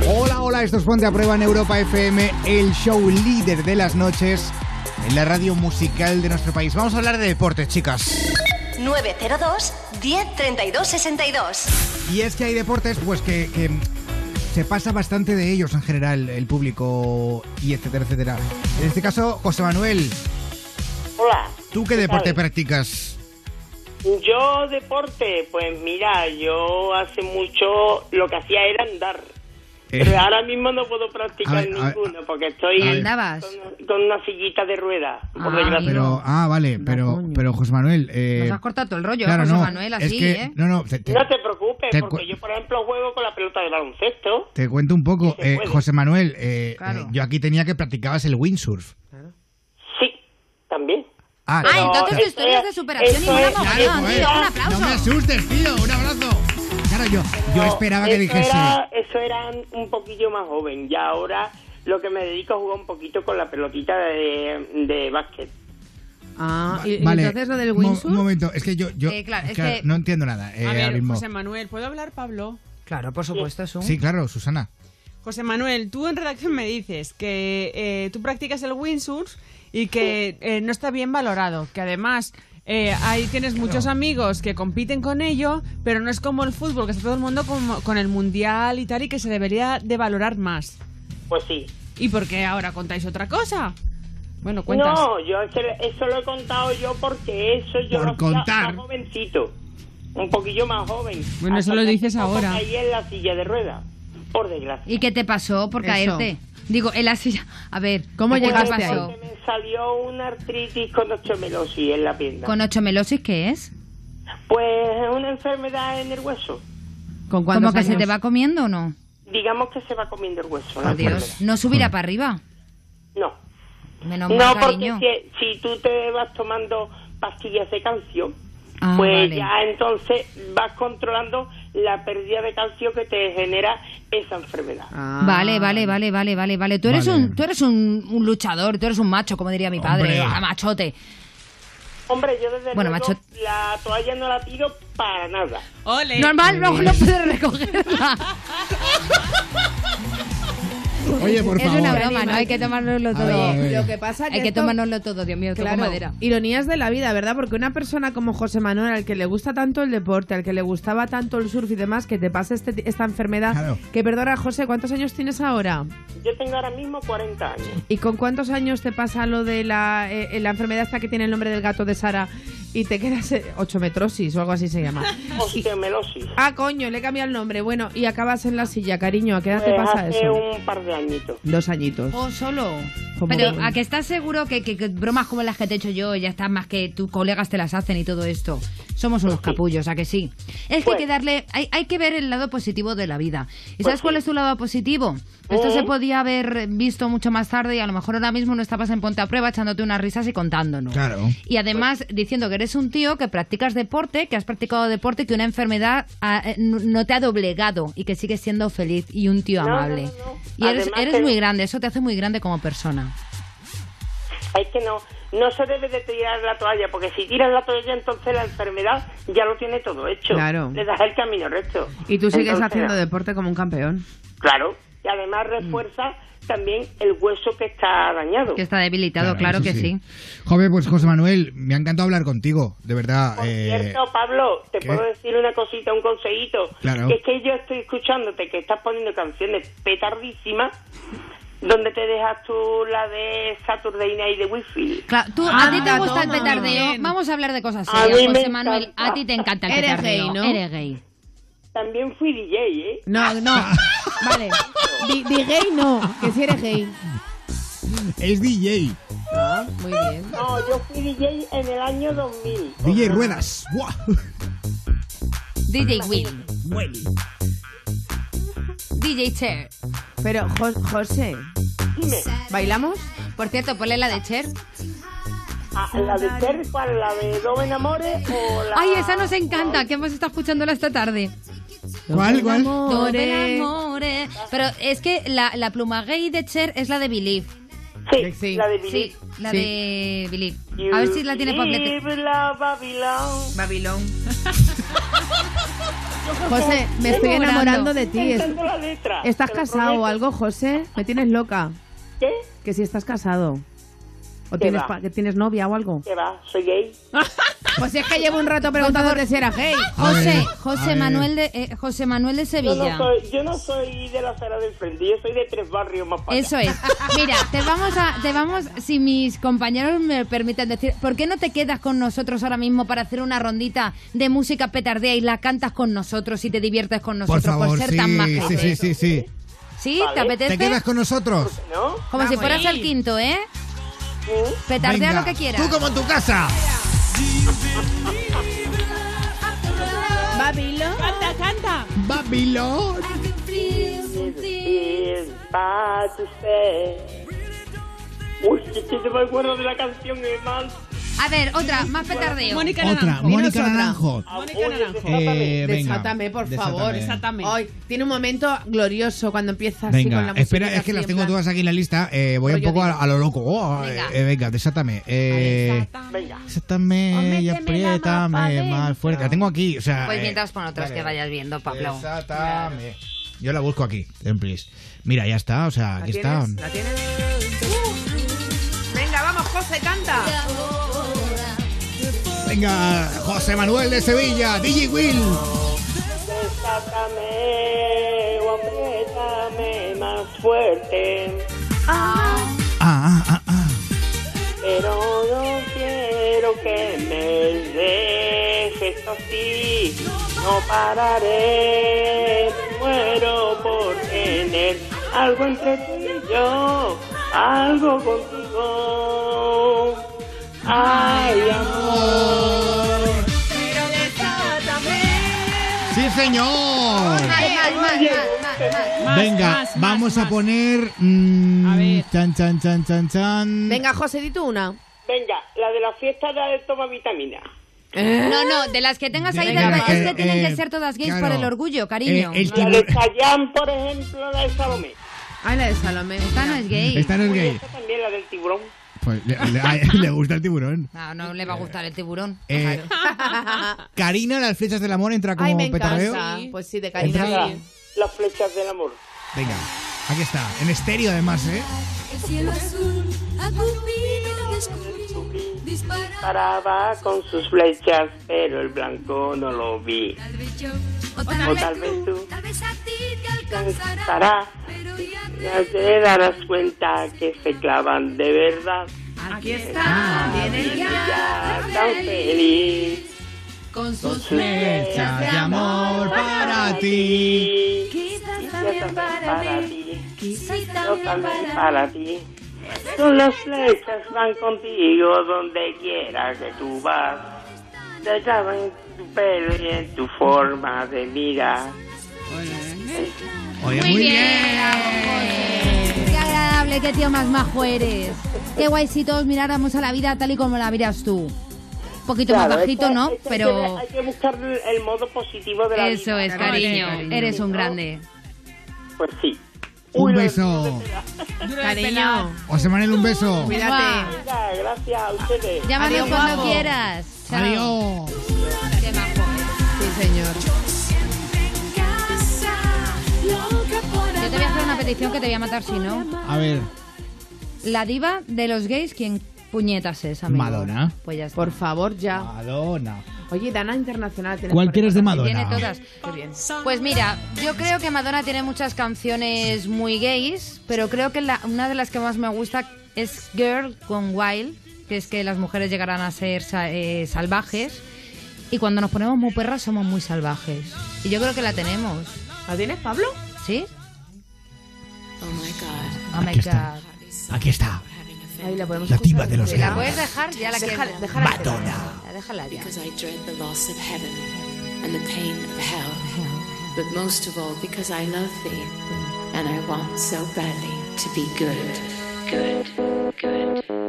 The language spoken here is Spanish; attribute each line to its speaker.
Speaker 1: Esto estos ponte a prueba en Europa FM, el show líder de las noches en la radio musical de nuestro país. Vamos a hablar de deportes, chicas.
Speaker 2: 902 1032 62.
Speaker 1: Y es que hay deportes, pues que, que se pasa bastante de ellos en general, el público y etcétera, etcétera. En este caso, José Manuel,
Speaker 3: Hola.
Speaker 1: ¿tú qué deporte practicas?
Speaker 3: Yo deporte, pues mira, yo hace mucho lo que hacía era andar.
Speaker 1: Eh.
Speaker 3: Pero ahora mismo no puedo practicar
Speaker 1: A ver, a ver,
Speaker 3: ninguno porque estoy
Speaker 1: a ver.
Speaker 4: ¿Andabas?
Speaker 3: Con, con una sillita de ruedas. por
Speaker 4: Ah,
Speaker 3: desgracia.
Speaker 1: Pero, ah, vale,
Speaker 4: Anda,
Speaker 1: pero,
Speaker 4: coño.
Speaker 1: pero José Manuel. eh,
Speaker 4: Nos has cortado todo el rollo,
Speaker 1: claro,
Speaker 4: José
Speaker 1: no,
Speaker 4: Manuel,
Speaker 1: es
Speaker 4: así,
Speaker 1: que-
Speaker 4: ¿eh?
Speaker 1: No, no, te- te-
Speaker 3: No te preocupes,
Speaker 1: Te cu-
Speaker 3: porque yo, por ejemplo, juego con la pelota de baloncesto.
Speaker 1: Te cuento un poco,
Speaker 3: se
Speaker 1: eh,
Speaker 3: puede.
Speaker 1: José Manuel. eh,
Speaker 4: Claro.
Speaker 1: eh, yo aquí tenía que practicabas el windsurf.
Speaker 3: Sí, también.
Speaker 1: Ah, pues,
Speaker 4: Ah,
Speaker 3: Pero
Speaker 4: entonces tu
Speaker 3: esto
Speaker 4: historia es
Speaker 3: es-
Speaker 4: de superación y
Speaker 3: esto
Speaker 4: mola
Speaker 3: es-
Speaker 4: mogollón,
Speaker 3: Claro,
Speaker 4: tío.
Speaker 3: eh.
Speaker 4: Un
Speaker 1: No me
Speaker 4: aplauso.
Speaker 1: asustes, tío. Un abrazo. Claro, yo, yo
Speaker 3: No,
Speaker 1: esperaba que
Speaker 3: eso
Speaker 1: dijese.
Speaker 3: Era, eso era un poquillo más joven. Y ahora lo que me dedico a jugar un poquito con la pelotita de, de básquet.
Speaker 4: Ah, y, y
Speaker 1: Vale,
Speaker 4: entonces lo del
Speaker 1: mo-
Speaker 4: windsurf.
Speaker 1: Un momento, es que yo, yo
Speaker 4: Eh, claro, es
Speaker 1: claro,
Speaker 4: que-
Speaker 1: no entiendo nada. eh,
Speaker 5: A
Speaker 1: ahora
Speaker 5: ver,
Speaker 1: mismo.
Speaker 5: José Manuel, ¿puedo hablar, Pablo?
Speaker 4: Claro, por supuesto, es un.
Speaker 1: Sí, claro, Susana.
Speaker 5: José Manuel, tú en redacción me dices que eh, tú practicas el windsurf y que eh, no está bien valorado, que además eh, ahí tienes muchos amigos que compiten con ello, pero no es como el fútbol, que está todo el mundo como- con el mundial y tal y que se debería de valorar más.
Speaker 3: Pues sí.
Speaker 5: ¿Y por qué ahora contáis otra cosa? Bueno, cuentas.
Speaker 3: No, yo es que eso lo he contado yo porque eso yo
Speaker 1: Por
Speaker 3: lo hacía
Speaker 1: contar.
Speaker 3: más jovencito. Un poquillo más joven.
Speaker 5: Bueno, eso
Speaker 3: Hasta
Speaker 5: lo
Speaker 3: que
Speaker 5: dices
Speaker 3: tampoco
Speaker 5: ahora.
Speaker 3: Caí en la silla de ruedas, por desgracia.
Speaker 4: ¿Y qué te pasó por
Speaker 5: Eso.
Speaker 4: caerte? Digo, en la silla. A ver,
Speaker 5: ¿Cómo
Speaker 4: ¿qué te
Speaker 5: llegaste ahí?
Speaker 4: pasó?
Speaker 3: Porque Pues me salió una artritis con osteomelosis en la pierna.
Speaker 4: ¿Con ochomelosis qué es?
Speaker 3: Pues es una enfermedad en el hueso.
Speaker 5: ¿Con
Speaker 4: ¿Como que se te va comiendo o no?
Speaker 3: Digamos que se va comiendo el hueso.
Speaker 1: Ah,
Speaker 3: la
Speaker 4: Por
Speaker 1: pues.
Speaker 4: Dios.
Speaker 3: enfermedad.
Speaker 4: No subirá para arriba.
Speaker 3: No.
Speaker 4: Menos
Speaker 3: No,
Speaker 4: mal,
Speaker 3: porque
Speaker 4: cariño.
Speaker 3: si, si tú te vas tomando pastillas de calcio,
Speaker 4: Ah,
Speaker 3: pues
Speaker 4: vale.
Speaker 3: ya entonces vas controlando la pérdida de calcio que te genera esa enfermedad.
Speaker 6: Ah.
Speaker 5: Ah.
Speaker 4: Vale, vale, vale, vale, vale, vale. Tú eres
Speaker 1: Vale.
Speaker 4: un, tú eres un, un luchador, tú eres un macho, como diría mi
Speaker 1: Hombre.
Speaker 4: padre, ah, machote.
Speaker 3: Hombre, yo desde
Speaker 4: Bueno,
Speaker 3: luego
Speaker 4: macho-
Speaker 3: la toalla no la tiro para nada.
Speaker 1: Eh,
Speaker 5: Ole.
Speaker 4: Normal, luego no puedes recogerla.
Speaker 1: Oye, por
Speaker 4: es
Speaker 1: favor.
Speaker 4: una broma, no hay que tomárnoslo todo.
Speaker 1: A ver.
Speaker 6: Oye, lo que pasa que
Speaker 4: Hay que
Speaker 6: esto-
Speaker 4: tomárnoslo todo, Dios mío, toco
Speaker 6: Claro,
Speaker 4: madera.
Speaker 6: ironías de la vida, ¿verdad? Porque una persona como José Manuel, al que le gusta tanto el deporte, al que le gustaba tanto el surf y demás, que te pase este- esta enfermedad,
Speaker 1: Claro.
Speaker 6: que perdona, José, ¿cuántos años tienes ahora?
Speaker 3: Yo tengo ahora mismo 40 años.
Speaker 6: ¿Y con cuántos años te pasa lo de la, eh, la enfermedad esta que tiene el nombre del gato de Sara y te quedas eh, ochometrosis o algo así se llama? Y-
Speaker 3: Osteomelosis.
Speaker 6: ah, coño, le he cambiado el nombre. Bueno, y acabas en la silla, cariño. ¿A qué edad
Speaker 3: Pues
Speaker 6: te pasa
Speaker 3: hace
Speaker 6: eso?
Speaker 3: un par de añitos.
Speaker 6: Dos añitos.
Speaker 4: O solo.
Speaker 6: Como
Speaker 4: Pero
Speaker 6: bueno.
Speaker 4: a que estás seguro que, que- que bromas como las que te he hecho yo ya están más que tus colegas te las hacen y todo esto. Somos unos capullos, a que sí. Es que hay que
Speaker 3: Pues-
Speaker 4: darle, hay, hay que ver el lado positivo de la vida. ¿Y
Speaker 1: Pues
Speaker 4: sabes
Speaker 3: sí.
Speaker 4: cuál es tu lado positivo?
Speaker 3: Ujú.
Speaker 4: Esto
Speaker 1: Oh.
Speaker 4: se podía haber visto mucho más tarde y a lo mejor ahora mismo no estabas en Ponte a Prueba echándote unas risas y contándonos.
Speaker 1: Claro.
Speaker 4: Y además diciendo que eres un tío que practicas deporte, que has practicado deporte, que una enfermedad ah, eh, no- no te ha doblegado y que sigues siendo feliz y un tío
Speaker 3: No, no,
Speaker 4: amable.
Speaker 3: no, no.
Speaker 4: Y eres,
Speaker 3: Además
Speaker 4: eres
Speaker 3: que-
Speaker 4: muy grande, eso te hace muy grande como persona.
Speaker 3: Es que no, no se debe de tirar la toalla, porque si tiras la toalla entonces la enfermedad ya lo tiene todo hecho.
Speaker 6: Claro.
Speaker 3: Le das el camino recto.
Speaker 6: Y tú sigues
Speaker 3: Entonces, ah.
Speaker 6: haciendo deporte como un campeón.
Speaker 3: Claro. Y además refuerza también el hueso que está dañado.
Speaker 4: Que está debilitado, claro,
Speaker 1: eso
Speaker 4: que sí.
Speaker 1: Joder, pues José Manuel, me ha encantado hablar contigo, de verdad.
Speaker 3: Por
Speaker 1: eh,
Speaker 3: cierto, Pablo, te
Speaker 1: ¿qué?
Speaker 3: puedo decir una cosita, un consejito.
Speaker 1: Claro.
Speaker 3: Que es que yo estoy escuchándote que estás poniendo canciones petardísimas donde te dejas tú la de Saturday Night de Wi-Fi.
Speaker 4: Claro, tú, a
Speaker 6: Ah,
Speaker 4: ti te gusta el
Speaker 6: toma.
Speaker 4: petardeo. Vamos a hablar de cosas
Speaker 3: A
Speaker 4: serias,
Speaker 3: mí me
Speaker 4: José Manuel.
Speaker 3: encanta.
Speaker 4: A ti te encanta el
Speaker 6: Eres
Speaker 4: petardeo.
Speaker 6: gay, ¿no?
Speaker 4: Eres gay.
Speaker 3: También fui DJ, ¿eh?
Speaker 6: No, no. Vale. Di, di gay no, que si eres gay.
Speaker 1: Es DJ.
Speaker 6: Muy bien.
Speaker 3: No, yo fui DJ en el año 2000.
Speaker 1: DJ Ruedas. Buah.
Speaker 4: DJ Will. DJ Cher.
Speaker 6: Pero, Jo- José,
Speaker 3: Dime,
Speaker 6: ¿bailamos?
Speaker 4: Por cierto, ponle la de Cher.
Speaker 3: ¿a- ¿la de Ter, cuál, la de Dove Enamore o la...?
Speaker 4: Ay, esa nos encanta, que hemos estado escuchándola esta tarde.
Speaker 1: ¿Cuál, cuál?
Speaker 4: Todo el
Speaker 6: Amores.
Speaker 4: amor, eh. Pero es que la, la pluma gay de Cher es la de Believe.
Speaker 3: Sí,
Speaker 6: Sí.
Speaker 3: la de
Speaker 4: Sí,
Speaker 3: Billy.
Speaker 4: la
Speaker 6: Sí.
Speaker 4: de Believe. A ver si la tiene Pablete.
Speaker 3: Live la Babylon.
Speaker 6: Babilón. José, me estoy
Speaker 4: enamorando.
Speaker 6: enamorando de ti. Es-
Speaker 3: Cantando la letra.
Speaker 6: ¿Estás
Speaker 3: te lo
Speaker 6: casado o
Speaker 3: prometo.
Speaker 6: algo, José? Me tienes loca.
Speaker 3: ¿Qué?
Speaker 6: Que si estás casado. ¿O
Speaker 3: ¿Qué
Speaker 6: tienes,
Speaker 3: va?
Speaker 6: pa- que tienes novia o algo?
Speaker 3: ¿Qué va? Soy gay.
Speaker 6: Pues es que llevo un rato preguntándote si era gay.
Speaker 1: A
Speaker 4: José,
Speaker 1: ver, a
Speaker 4: José
Speaker 1: ver.
Speaker 4: Manuel de eh, José Manuel de
Speaker 3: Yo no,
Speaker 4: Sevilla.
Speaker 3: soy, yo no soy de la acera del frente, yo soy de tres barrios más para allá.
Speaker 4: Eso es. Mira, te vamos a, te vamos, si mis compañeros me permiten decir, ¿por qué no te quedas con nosotros ahora mismo para hacer una rondita de música petardea y la cantas con nosotros y te diviertes con
Speaker 1: Por
Speaker 4: nosotros por,
Speaker 1: favor,
Speaker 4: ser
Speaker 1: sí,
Speaker 4: tan
Speaker 1: sí,
Speaker 4: majete?
Speaker 1: sí, sí, sí.
Speaker 4: ¿Sí?
Speaker 3: Vale.
Speaker 4: ¿Te
Speaker 1: ¿Te
Speaker 4: apetece?
Speaker 1: quedas con nosotros?
Speaker 3: ¿No?
Speaker 4: Como si
Speaker 6: Vamos.
Speaker 4: fueras el quinto, ¿eh?
Speaker 3: ¿Sí?
Speaker 4: Petardea
Speaker 1: Venga,
Speaker 4: lo que quieras.
Speaker 1: Tú como en tu casa.
Speaker 6: Babilo.
Speaker 5: ¡Canta, canta!
Speaker 1: Babilón.
Speaker 3: It's bad to say. Uy, es que yo me acuerdo de la canción, hermano.
Speaker 4: A ver, otra, más petardeo.
Speaker 5: Mónica
Speaker 1: Otra,
Speaker 5: Naranjo.
Speaker 1: Mónica
Speaker 6: otra.
Speaker 1: Naranjo.
Speaker 5: Mónica
Speaker 3: Oye,
Speaker 5: Naranjo.
Speaker 3: desátame.
Speaker 7: Eh, venga.
Speaker 6: Desátame, por favor.
Speaker 5: Desátame.
Speaker 6: Ay, tiene un momento glorioso cuando empieza así con la
Speaker 1: Venga,
Speaker 6: música.
Speaker 1: espera, es que las tengo todas aquí en la lista. eh, voy un
Speaker 6: Rollo
Speaker 1: poco a,
Speaker 6: Disney.
Speaker 1: a lo loco. Oh, eh,
Speaker 4: Venga.
Speaker 1: eh, venga, desátame. Eh,
Speaker 3: Venga.
Speaker 1: desátame y apriétame más fuerte. La tengo aquí, o sea.
Speaker 4: Pues
Speaker 1: eh,
Speaker 4: mientras pon otras que vayas viendo, Pablo.
Speaker 1: Desátame. Yo la busco aquí, en please. Mira, ya está, o sea, aquí está.
Speaker 6: ¿La tienes? Uh. Venga, vamos, José, canta.
Speaker 1: Venga, José Manuel de Sevilla, DJ Will.
Speaker 3: Desátame o apriétame más fuerte.
Speaker 1: Ah, ah, ah, ah.
Speaker 3: Pero no quiero que me dejes así. No pararé, muero por tener algo entre tú y yo, algo contigo. Ay, amor.
Speaker 1: ¡Sí, señor!
Speaker 4: Más, más, más, más, más.
Speaker 5: Más,
Speaker 1: Venga,
Speaker 5: más, más,
Speaker 1: vamos a
Speaker 5: más.
Speaker 1: poner. mm,
Speaker 5: A ver.
Speaker 1: Chan, chan, chan, chan, chan.
Speaker 6: Venga, José, di tú una.
Speaker 3: Venga, la de la fiesta de la de toma vitamina.
Speaker 4: No, no, de las que tengas ahí,
Speaker 1: Venga,
Speaker 4: de-
Speaker 1: va,
Speaker 4: es que
Speaker 1: eh,
Speaker 4: tienen
Speaker 1: eh,
Speaker 4: que ser todas gays
Speaker 1: claro.
Speaker 4: por el orgullo, cariño.
Speaker 1: Eh, el
Speaker 3: La
Speaker 1: tiburón-
Speaker 3: de Chayán, por ejemplo, la de Salomé.
Speaker 6: Ay, la de Salomé.
Speaker 4: Esta no es gay.
Speaker 1: Esta no es
Speaker 3: Uy,
Speaker 1: gay.
Speaker 3: esta también la del tiburón.
Speaker 1: Pues le, le- a- le gusta el tiburón.
Speaker 4: No, no le va a gustar el tiburón.
Speaker 1: Eh, Karina, las flechas del amor entra como
Speaker 6: Ay, me
Speaker 1: petardeo.
Speaker 6: encanta. Pues sí, de Karina.
Speaker 1: Entra.
Speaker 6: sí.
Speaker 3: Las flechas del amor.
Speaker 1: Venga, aquí está. En estéreo, además, ¿eh?
Speaker 8: El cielo azul a Cupido descubrí disparar
Speaker 3: Paraba con sus flechas, pero el blanco no lo vi.
Speaker 8: tal vez yo o tal,
Speaker 3: o
Speaker 8: vez,
Speaker 3: tal vez
Speaker 8: tú,
Speaker 3: tú.
Speaker 8: tal vez a ti te
Speaker 3: Alcanzará.
Speaker 8: alcanzará pero ya te
Speaker 3: Ya te darás cuenta que se clavan de verdad.
Speaker 6: Aquí está.
Speaker 1: Ah,
Speaker 6: Viene
Speaker 3: Ya tan feliz.
Speaker 6: con sus
Speaker 1: Flechas de amor para ti.
Speaker 3: Y
Speaker 8: quizás
Speaker 3: también
Speaker 8: también para mí
Speaker 3: ti.
Speaker 8: quizás
Speaker 3: Yo
Speaker 8: también
Speaker 3: también
Speaker 8: para
Speaker 3: para ti. Son las flechas van contigo donde quiera que tú vas. Te clavan en tu pelo y en tu forma de mirar.
Speaker 1: Oye, muy bien.
Speaker 4: Qué agradable, qué tío más majo eres. Qué guay si todos miráramos a la vida tal y como la miras tú. Un poquito más
Speaker 3: Claro,
Speaker 4: bajito,
Speaker 3: esto-
Speaker 4: ¿no?
Speaker 3: esto hay que-
Speaker 4: Pero
Speaker 3: Hay que buscar el el modo positivo de la
Speaker 4: eso
Speaker 3: vida.
Speaker 4: es,
Speaker 6: Claro,
Speaker 4: cariño.
Speaker 6: cariño.
Speaker 4: Eres un
Speaker 3: ¿No?
Speaker 4: grande.
Speaker 3: Pues sí.
Speaker 1: Un
Speaker 3: Uy, lo-
Speaker 1: beso.
Speaker 5: Duro de pelar.
Speaker 6: Cariño,
Speaker 1: José Manuel, un beso.
Speaker 6: cuídate.
Speaker 3: Venga, gracias a ustedes.
Speaker 4: Llámanos
Speaker 6: Adiós,
Speaker 4: cuando
Speaker 6: guapo.
Speaker 4: quieras. Chao.
Speaker 1: Adiós.
Speaker 4: Qué majo eres.
Speaker 6: Sí, señor.
Speaker 8: siempre en casa loca por
Speaker 4: Yo te voy a hacer una
Speaker 8: amar,
Speaker 4: petición que te voy a matar si no.
Speaker 1: A ver.
Speaker 4: La diva de los gays, ¿quién puñetas es, amigo?
Speaker 1: Madonna.
Speaker 4: Pues ya está.
Speaker 6: Por favor, ya.
Speaker 1: Madonna.
Speaker 6: Oye, Dana Internacional. tienes
Speaker 1: ¿Cuál
Speaker 6: por
Speaker 1: quieres de
Speaker 6: ahí?
Speaker 1: Madonna?
Speaker 4: Tiene todas.
Speaker 6: Qué bien.
Speaker 4: Pues mira, yo creo que Madonna tiene muchas canciones muy gays, pero creo que la- una de las que más me gusta es Girl con Wild, que es que las mujeres llegarán a ser sa- eh, salvajes y cuando nos ponemos muy perras somos muy salvajes. Y yo creo que la tenemos,
Speaker 6: ¿La tienes, Pablo?
Speaker 4: ¿sí? Oh my
Speaker 1: Aquí
Speaker 4: god.
Speaker 1: está. Aquí está.
Speaker 6: Ahí la podemos
Speaker 1: La
Speaker 6: escuchar
Speaker 1: diva de los
Speaker 6: desde
Speaker 1: gays.
Speaker 4: ¿La puedes dejar? Ya la
Speaker 6: Déjala-
Speaker 4: que...
Speaker 6: déjala que te la-
Speaker 1: Madonna.
Speaker 4: Déjala ya.
Speaker 9: because I dread the loss of heaven and the pain of hell, but most of all because I love thee and I want so badly to be good. Good, good,